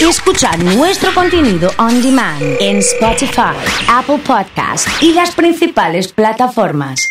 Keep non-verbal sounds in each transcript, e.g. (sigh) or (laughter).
y escuchar nuestro contenido on demand en Spotify, Apple Podcast y las principales plataformas.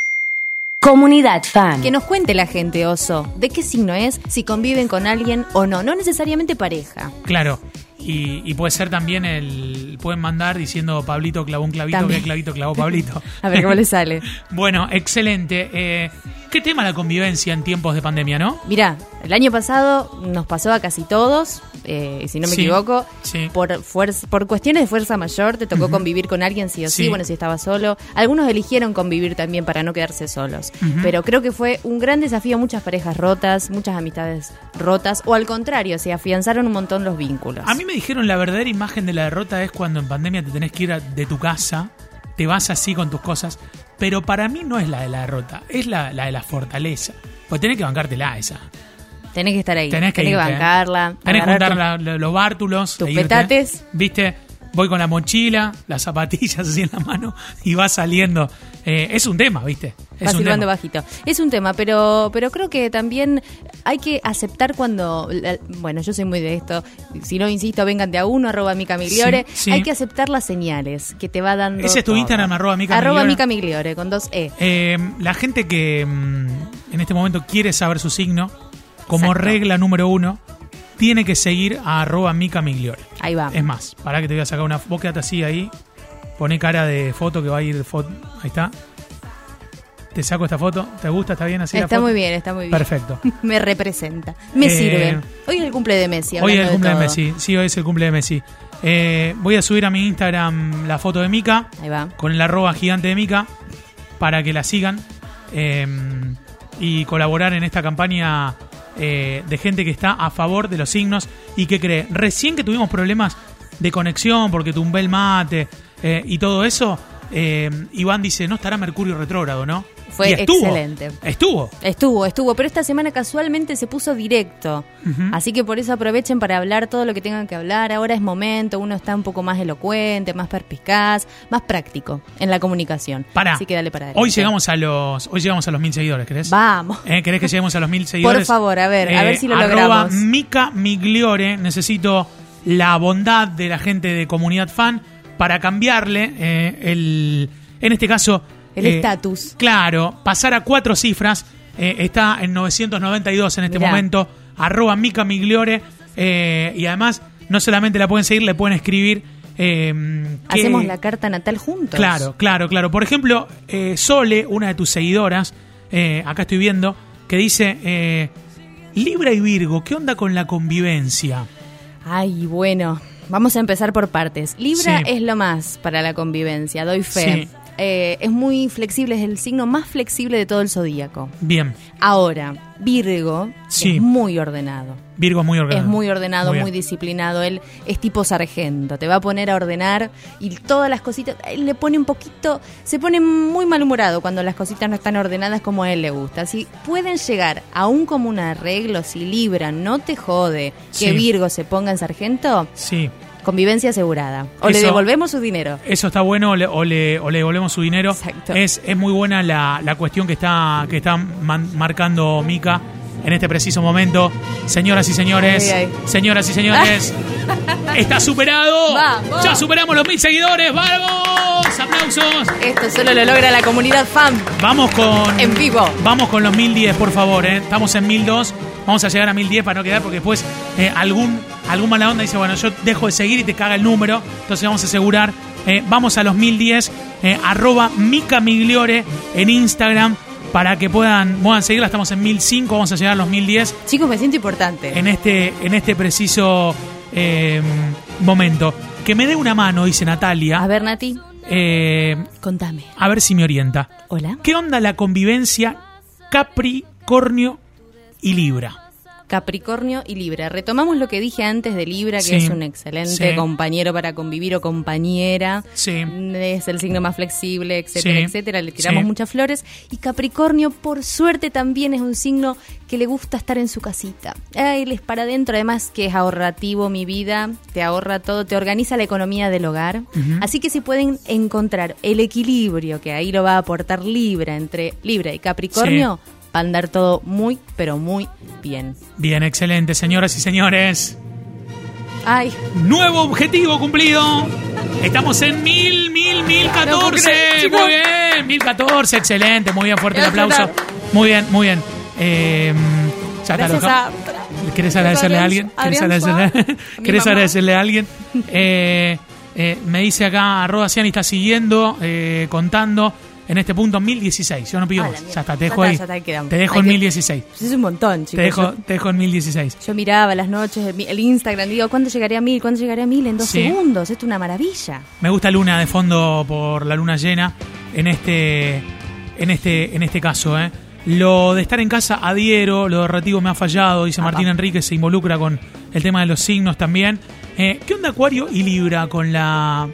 Comunidad Fan. Que nos cuente la gente, oso, de qué signo es, si conviven con alguien o no, no necesariamente pareja. Claro. Y, y puede ser también el. Pueden mandar diciendo Pablito clavó un clavito, También. que clavito clavó Pablito. (laughs) A ver cómo le sale. (laughs) Bueno, excelente. Eh, ¿Qué tema la convivencia en tiempos de pandemia, no? Mirá, el año pasado nos pasó a casi todos, eh, si no me Sí, equivoco, sí. por fuerz- por cuestiones de fuerza mayor te tocó convivir con alguien sí o sí, Sí. bueno, si estaba solo. Algunos eligieron convivir también para no quedarse solos, pero creo que fue un gran desafío, muchas parejas rotas, muchas amistades rotas, o al contrario, se afianzaron un montón los vínculos. A mí me dijeron la verdadera imagen de la derrota es cuando en pandemia te tenés que ir a- de tu casa, te vas así con tus cosas, pero para mí no es la de la derrota, es la, la de la fortaleza. Pues tenés que bancártela esa. Tenés que estar ahí, Tenés que, irte, ¿eh? bancarla, Tenés que agarrar juntar tu- la- la- los bártulos. tus e irte. petates. Viste, voy con la mochila, las zapatillas (laughs) así en la mano y va saliendo. Eh, es un tema, viste. Va Es un silbando tema. bajito. Es un tema, pero, pero creo que también hay que aceptar cuando. la- Bueno, yo soy muy de esto. Si no insisto, véngate a uno, arroba Mica Migliore. Sí, sí. Hay que aceptar las señales que te va dando. Ese es tu todo. Instagram, arroba Mica Arroba Migliore. Mica Migliore, con dos E. Eh, la gente que mm, en este momento quiere saber su signo, como Exacto. regla número uno, tiene que seguir a arroba Mica Migliore. Ahí va. Es más, para que te voy a sacar una. Vos quedate así ahí. Poné cara de foto que va a ir foto. Ahí está. Te saco esta foto. ¿Te gusta? ¿Está bien así? la Está foto? muy bien, está muy bien. Perfecto. (laughs) Me representa. Me Eh, sirve. Hoy es el cumple de Messi. Hoy es hablando el cumple de todo. Messi. Sí, hoy es el cumple de Messi. Eh, voy a subir a mi Instagram la foto de Mika Ahí va. con el arroba gigante de Mika para que la sigan eh, y colaborar en esta campaña eh, de gente que está a favor de los signos y que cree. Recién que tuvimos problemas de conexión porque tumbé el mate eh, y todo eso, eh, Iván dice, no estará Mercurio retrógrado, ¿no? Fue Y estuvo. excelente. Estuvo. Estuvo, estuvo, pero esta semana casualmente se puso directo. Así que por eso aprovechen para hablar todo lo que tengan que hablar. Ahora es momento, uno está un poco más elocuente, más perspicaz, más práctico en la comunicación. Pará. Así que dale para adelante. Hoy llegamos a los, hoy llegamos a los mil seguidores, ¿crees? Vamos. Eh, ¿Querés que lleguemos a los mil seguidores? Por Eh, favor, a ver, a ver si lo arroba logramos. Mica Migliore, necesito la bondad de la gente de Comunidad Fan para cambiarle eh, el, en este caso... El eh, estatus. Claro, pasar a cuatro cifras, eh, está en 992 en este Mirá. momento, arroba Mica Migliore, eh, y además no solamente la pueden seguir, le pueden escribir... eh, (laughs) que- Hacemos la carta natal juntos. Claro, claro, claro. Por ejemplo, eh, Sole, una de tus seguidoras, eh, acá estoy viendo, que dice, eh, Libra y Virgo, ¿qué onda con la convivencia? Ay, bueno, vamos a empezar por partes. Libra Sí. es lo más para la convivencia, doy fe. Sí. Eh, es muy flexible, es el signo más flexible de todo el zodíaco. Bien, Ahora, Virgo Sí. es muy ordenado. Virgo es muy ordenado. Es muy ordenado, muy, bien. disciplinado. Él es tipo sargento. Te va a poner a ordenar y todas las cositas. Él le pone un poquito. Se pone muy malhumorado cuando las cositas no están ordenadas como a él le gusta. Si pueden llegar aún como un arreglo, si Libra no te jode que Sí. Virgo se ponga en sargento, Sí, convivencia asegurada. O le Eso- devolvemos su dinero. eso está bueno o le, o le- o le devolvemos su dinero. Exacto. Es, es muy buena la, la cuestión que está, que está man- marcando Mica en este preciso momento. Señoras y señores, Ay, ay. señoras (laughs) y señores, está superado. Vamos. Ya superamos los mil seguidores. ¡Vamos! ¡Aplausos! Esto solo lo logra la comunidad fan. Vamos con. En vivo. Vamos con los 1010, por favor, ¿eh? Estamos en 1002. Vamos a llegar a 1010 para no quedar, porque después eh, algún, algún mala onda dice, bueno, yo dejo de seguir y te caga el número. Entonces vamos a asegurar. eh, vamos a los 1010, eh, arroba Mica Migliore en Instagram para que puedan, puedan seguirla. Estamos en 1005, vamos a llegar a los 1010 Chicos, me siento importante. en este, en este preciso eh, momento. Que me dé una mano, dice A Natalia. ver, Nati, Eh, contame. a ver si me orienta. Hola. ¿Qué onda la convivencia Capricornio y Libra? Capricornio y Libra. Retomamos lo que dije antes de Libra, que Sí, es un excelente sí. compañero para convivir o compañera. Sí. Es el signo más flexible, etcétera, Sí, etcétera. Le tiramos sí. muchas flores. Y Capricornio, por suerte, también es un signo que le gusta estar en su casita. Ah, Él es para adentro, además que es ahorrativo mi vida, te ahorra todo, te organiza la economía del hogar. Así que si pueden encontrar el equilibrio que ahí lo va a aportar Libra entre Libra y Capricornio, va a andar todo muy, pero muy bien. Bien, excelente, señoras y señores. Ay, Nuevo objetivo cumplido. Estamos en mil, mil, mil No puedo creer, catorce. chicos. Muy bien, mil catorce, excelente. Muy bien, fuerte el Gracias, aplauso. Muy bien, muy bien. Eh, ya está, lo gracias dejamos. a. ¿Querés agradecerle a alguien? ¿Querés Adrián agradecerle, Suárez, mi (laughs) ¿Querés mamá. agradecerle a alguien? Eh, eh, me dice acá, Roda Ciani está siguiendo, eh, contando en este punto 1016. Yo no pido Ah, la más. mierda. Ya está, te Ya dejo está, ahí. ya está, ahí quedamos. Te dejo Hay en que- 1016. Pues es un montón, Te chicos. dejo, Yo, te dejo en 1016. yo miraba las noches, el, mi- el Instagram, digo, ¿cuándo llegaré a mil? ¿Cuándo llegaré a mil? En dos Sí. segundos. Esto es una maravilla. Me gusta Luna de fondo por la luna llena en este, en este, en este caso. ¿eh? Lo de estar en casa adhiero, lo de relativo me ha fallado, dice Apa. Martín Enríquez, se involucra con el tema de los signos también. Eh, ¿Qué onda Acuario y Libra con la,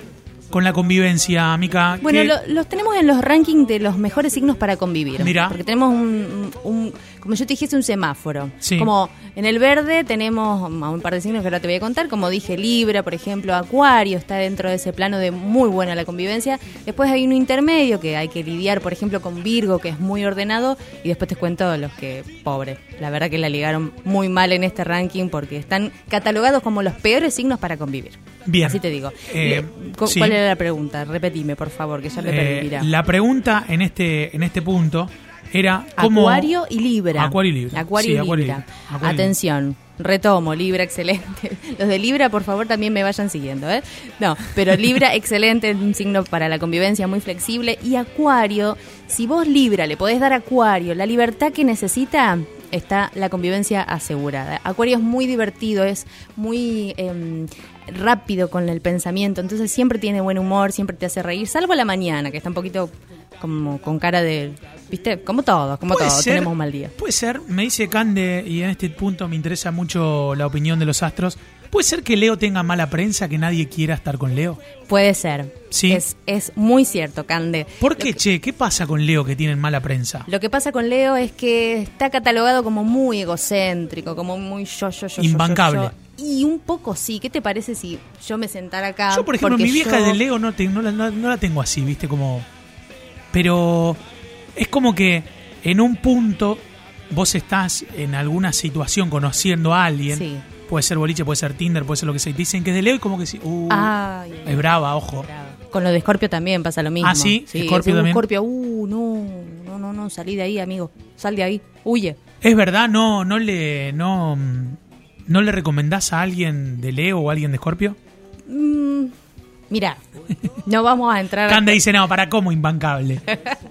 con la convivencia, Mica? Bueno, Ah, ¿Qué- lo- los tenemos en los rankings de los mejores signos para convivir. Mirá. Porque tenemos un, un- como yo te dijese, un semáforo. Sí. Como en el verde tenemos um, a un par de signos que ahora te voy a contar, como dije, Libra, por ejemplo, Acuario está dentro de ese plano de muy buena la convivencia. Después hay un intermedio que hay que lidiar, por ejemplo, con Virgo, que es muy ordenado. Y después te cuento los que, pobre, la verdad que la ligaron muy mal en este ranking porque están catalogados como los peores signos para convivir. Bien. Así te digo. Eh, Le- cu- sí. ¿Cuál era la pregunta? Repetime, por favor, que ya me eh, perdí. mirá. la pregunta en este, en este punto era cómo... Acuario y Libra. Acuario y Libra. Acuario Sí, y Acuario y Libra. Libra. Acuario y Atención. Retomo, Libra, excelente. (laughs) Los de Libra, por favor, también me vayan siguiendo, ¿eh? No, pero (laughs) Libra, excelente, es un signo para la convivencia muy flexible. Y Acuario, si vos Libra le podés dar a Acuario la libertad que necesita, está la convivencia asegurada. Acuario es muy divertido, es muy em, rápido con el pensamiento, entonces siempre tiene buen humor, siempre te hace reír, salvo la mañana, que está un poquito como con cara de, viste, como todos, como Puede todos, ser- tenemos un mal día. Puede ser, me dice Cande, y en este punto me interesa mucho la opinión de los astros. ¿Puede ser que Leo tenga mala prensa, que nadie quiera estar con Leo? Puede ser. Sí. Es, es muy cierto, Cande. ¿Por qué, che? ¿Qué pasa con Leo que tienen mala prensa? Lo que pasa con Leo es que está catalogado como muy egocéntrico, como muy yo, yo, yo, yo, yo. Imbancable. yo. Y un poco sí. ¿Qué te parece si yo me sentara acá? Yo, por ejemplo, Ah, Porque mi vieja yo- de Leo no, te- no la, no- no la tengo así, ¿viste? Como. Pero es como que en un punto vos estás en alguna situación conociendo a alguien. Sí. Puede ser boliche, puede ser Tinder, puede ser lo que sea. y te Dicen que es de Leo y como que sí. Uh, Ay, ay, es brava, ojo. bravo. Con lo de Scorpio también pasa lo mismo. Ah, ¿sí? Scorpio Scorpio también. Scorpio, uh, no, no, no, no, salí de ahí, amigo. Sal de ahí, huye. Es verdad, no, no le. No, mm, ¿No le recomendás a alguien de Leo o a alguien de Scorpio? Mira, no vamos a entrar. Cande dice, no, para cómo imbancable.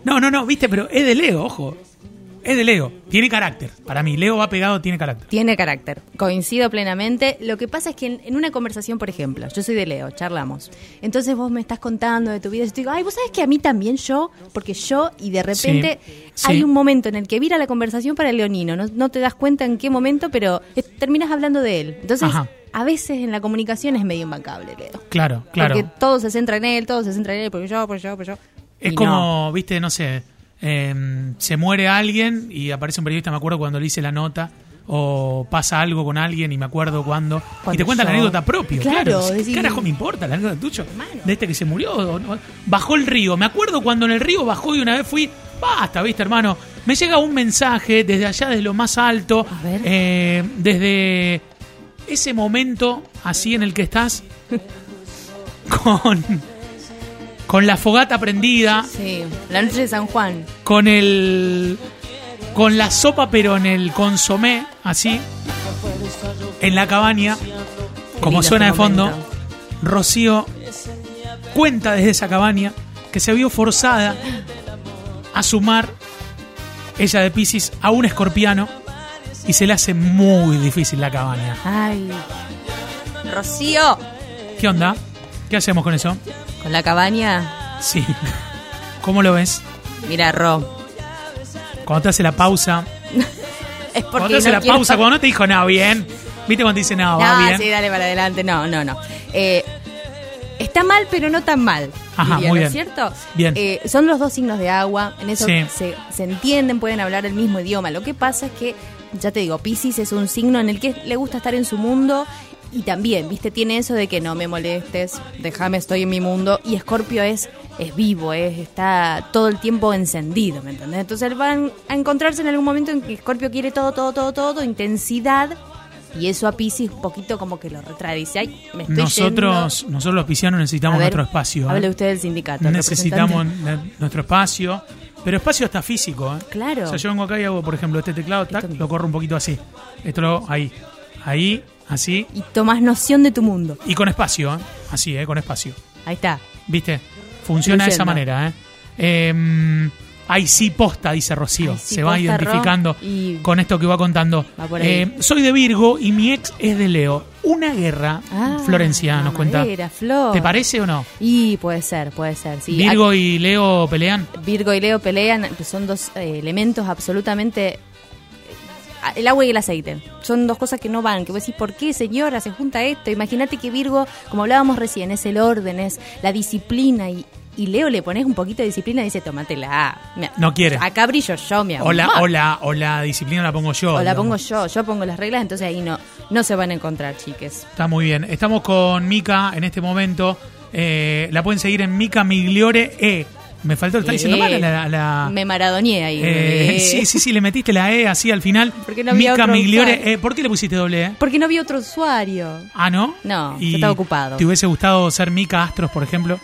No, no, no, viste, pero es de Leo, ojo. Es de Leo. Tiene carácter. Para mí, Leo va pegado, tiene carácter. Tiene carácter, coincido plenamente. Lo que pasa es que en, en una conversación, por ejemplo, yo soy de Leo, charlamos. Entonces vos me estás contando de tu vida, yo te digo, ay, vos sabés que a mí también yo, porque yo, y de repente Sí, hay sí. un momento en el que vira la conversación para el leonino, no, no te das cuenta en qué momento, pero eh, terminas hablando de él. Entonces, Ajá. a veces en la comunicación es medio imbancable, Leo. Claro, claro. Porque todo se centra en él, todo se centra en él, porque yo, porque yo, porque yo. es Y como, no. viste, no sé, eh, se muere alguien y aparece un periodista, me acuerdo cuando le hice la nota, o pasa algo con alguien y me acuerdo cuando... y Cuando te cuenta la yo- anécdota propia. Claro, Claro, ¿qué decís- carajo me importa la anécdota tuya? De este que se murió, o no- bajó el río. Me acuerdo cuando en el río bajó y una vez fui, basta, viste, hermano. Me llega un mensaje desde allá, desde lo más alto, A ver. eh, desde ese momento así en el que estás (laughs) con, con la fogata prendida, Sí, la noche de San Juan. con el con la sopa pero en el consomé así en la cabaña como lindo suena de este fondo momento. Rocío cuenta desde esa cabaña que se vio forzada a sumar ella de Pisces a un escorpiano y se le hace muy difícil la cabaña. Ay. Rocío. ¿Qué onda? ¿Qué hacemos con eso? Con la cabaña, Sí. (laughs) ¿Cómo lo ves? mira, Ro. Cuando te hace la pausa, Es cuando porque te hace no la quiero- pausa, cuando no te dijo, no, bien. ¿Viste cuando te dice, no, va No, bien? sí, dale para adelante. No, no, no. Eh, está mal, pero no tan mal. Ajá, diría, muy ¿no es bien. cierto? Bien. Eh, son los dos signos de agua. En eso Sí. se, se entienden, pueden hablar el mismo idioma. Lo que pasa es que, ya te digo, Pisces es un signo en el que le gusta estar en su mundo. Y también, viste, tiene eso de que no me molestes, déjame, estoy en mi mundo. Y Escorpio es, es vivo, es, está todo el tiempo encendido, ¿me entendés? Entonces él va a encontrarse en algún momento en que Escorpio quiere todo, todo, todo, todo, intensidad, Y eso a Pisces un poquito como que lo retrae. Dice, ay, me estoy Nosotros, yendo". nosotros los piscianos A necesitamos ver, nuestro espacio. ¿eh? Hable usted del sindicato. el Necesitamos representante. n- nuestro espacio. Pero espacio está físico, ¿eh? Claro. O sea, yo vengo acá y hago, por ejemplo, este teclado, tac, Esto- lo corro un poquito así. Esto lo hago ahí. Ahí, así. Y tomas noción de tu mundo. Y con espacio, ¿eh? Así, ¿eh? Con espacio. Ahí está. ¿Viste? Funciona de esa Fluyendo. manera, ¿eh? Eh, ahí sí posta, dice Rocío. Ay, sí, Se va posta, Ro, identificando y- con esto que va contando. Va por ahí. Eh, soy de Virgo y mi ex es de Leo. Una guerra, Ah, Florencia nos cuenta. mamadera, Flor. ¿Te parece o no? Y puede ser, puede ser. Sí. Virgo y Leo pelean. Aquí- Virgo y Leo pelean, pues son dos eh, elementos absolutamente... eh, El agua y el aceite. Son dos cosas que no van. Que vos decís, ¿por qué, señora, se junta esto? Imagínate que Virgo, como hablábamos recién, es el orden, es la disciplina. Y, y Leo le pones un poquito de disciplina y dice, tómatela. Mira, No quiere. Acá brillo yo, mi amor. O la, o, la, o la disciplina la pongo yo. O la digamos. pongo yo, yo pongo las reglas, entonces ahí no, no se van a encontrar, chiques. Está muy bien. Estamos con Mica en este momento. Eh, la pueden seguir en Mica Migliore E. Me faltó, le está diciendo Eh, mal a la. a la- Me maradoneé ahí. Eh, (laughs) Eh, Sí, sí, sí, le metiste la E así al final. ¿Por qué no había Mica otro Migliore usuario? E. ¿Por qué le pusiste doble E? Porque no vi otro usuario. Ah, ¿no? No, yo Y estaba ocupado. ¿Te hubiese gustado ser Mica Astros, por ejemplo?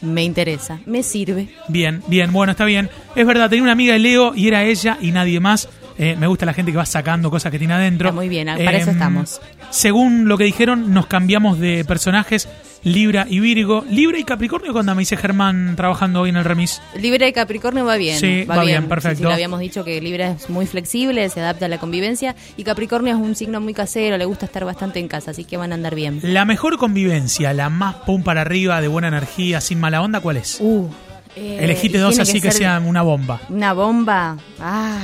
Me interesa, me sirve. Bien, bien, bueno, está bien. Es verdad, tenía una amiga de Leo y era ella y nadie más. Eh, me gusta la gente que va sacando cosas que tiene adentro. Em, Está muy bien, ah, para eso estamos. Según lo que dijeron, nos cambiamos de personajes, Libra y Virgo. Libra y Capricornio, cuando me dice Germán trabajando hoy en el remis. Libra de Capricornio va bien. Sí, va bien, perfecto. Sí, sí, le habíamos dicho que Libra es muy flexible, se adapta a la convivencia y Capricornio es un signo muy casero, le gusta estar bastante en casa, así que van a andar bien. La mejor convivencia, la más pum para arriba, de buena energía, sin mala onda, ¿cuál es? Uh, eh, Elegite dos tiene así que, ser sean una bomba. Una bomba. Ah,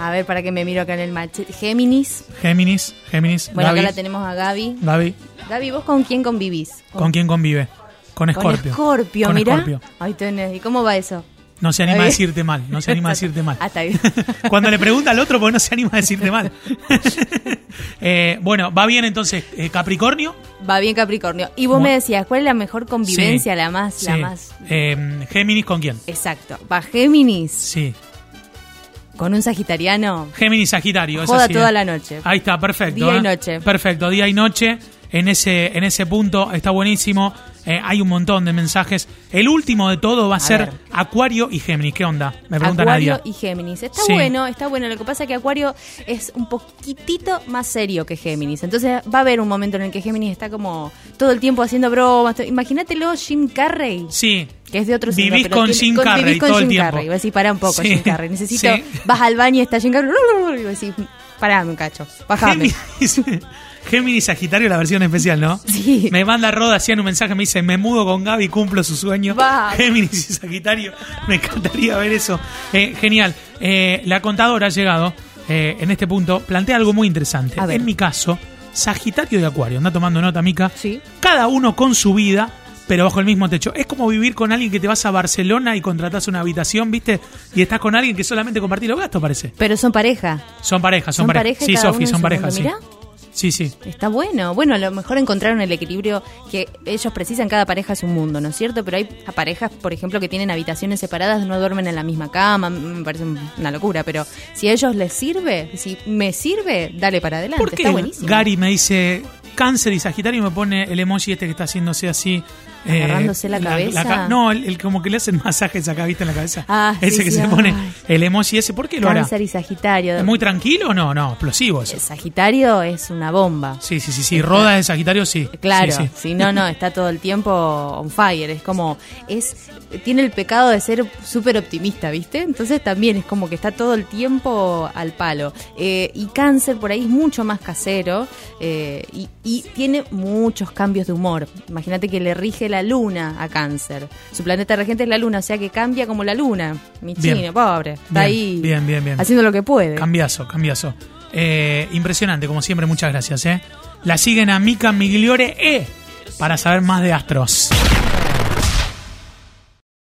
a ver, para que me miro acá en el machete. Géminis. Géminis, Géminis, Bueno, Gaby, acá la tenemos a Gaby. Gaby, Gaby, ¿vos con quién convivís? ¿con quién convive? Con Con Escorpio. Scorpio, Con mirá. Escorpio. Ahí tenés. ¿Y cómo va eso? No se anima Está a bien. decirte mal, no se anima a (laughs) decirte mal. Ah, está bien. (laughs) Cuando le pregunta al otro, pues no se anima a decirte mal. (laughs) Eh, bueno, va bien entonces eh, Capricornio. Va bien Capricornio. Y vos Mu- me decías, ¿cuál es la mejor convivencia, Sí. la más, la Sí. más? Eh, Géminis con quién? Exacto. Va Géminis Sí. con un sagitariano. Géminis Sagitario. es Joda así, toda ¿eh? la noche. Ahí está, perfecto. Día y ¿eh? noche. Perfecto, día y noche. En ese, en ese punto está buenísimo. Eh, hay un montón de mensajes. El último de todo va a, A ser ver. Acuario y Géminis. ¿Qué onda? Me pregunta Acuario Nadia. y Géminis. Está Sí. bueno, está bueno. Lo que pasa es que Acuario es un poquitito más serio que Géminis. Entonces va a haber un momento en el que Géminis está como todo el tiempo haciendo bromas. Todo- Imagínatelo Jim Carrey. Sí. Que es de otro signo, Vivís pero con tiene- Jim Carrey vivís con todo el Jim tiempo. Carrey. Vas a decir, pará un poco, Sí, Jim Carrey. Necesito. sí. Vas al baño y está Jim Carrey. (laughs) Y vas a decir, pará, un cacho. Bajame. Géminis, (laughs) Géminis Sagitario, la versión especial, ¿no? Sí. Me manda Roda, hacían un mensaje, me dice, me mudo con Gaby, cumplo su sueño. Va. Géminis y Sagitario, me encantaría ver eso. Eh, genial. Eh, la contadora ha llegado, eh, en este punto, plantea algo muy interesante. A ver. En mi caso, Sagitario y Acuario, anda tomando nota, Mica. Sí. Cada uno con su vida. Pero bajo el mismo techo. Es como vivir con alguien que te vas a Barcelona y contratas una habitación, ¿viste? Y estás con alguien que solamente compartís los gastos, parece. Pero son pareja. Son parejas, son, Son parejas. pareja Sí, cada uno Sofi, en son su parejas. Sí. mundo. sí, sí. Está bueno. Bueno, a lo mejor encontraron el equilibrio que ellos precisan. Cada pareja es un mundo, ¿no es cierto? Pero hay parejas, por ejemplo, que tienen habitaciones separadas, no duermen en la misma cama. Me parece una locura. Pero si a ellos les sirve, si me sirve, dale para adelante. ¿Por qué Está buenísimo. Gary me dice cáncer y sagitario y me pone el emoji este que está haciéndose así? eh, Agarrándose la cabeza. ca- no, el, el como que le hacen (laughs) masajes acá, ¿viste? En la cabeza. Ah, sí, ese que sí, se ay. pone el emoji ese. ¿Por qué lo hará? Cáncer y Sagitario. ¿Es muy tranquilo o no? No, explosivo eso. Sagitario es una bomba. Sí, sí, sí, sí. Roda de sagitario, sí. Este- Claro, Sí, sí. si no, no, está todo el tiempo on fire. Es como, es, tiene el pecado de ser súper optimista, ¿viste? Entonces también es como que está todo el tiempo al palo. Eh, y cáncer por ahí es mucho más casero eh, y, y tiene muchos cambios de humor. Imagínate que le rige la luna a cáncer. Su planeta regente es la luna, o sea que cambia como la luna. Mi Bien. chino, pobre. Está Bien, ahí bien, bien, bien. haciendo lo que puede. Cambiazo, cambiazo. Eh, impresionante, como siempre, muchas gracias. ¿eh? La siguen a Mica Migliore E para saber más de astros.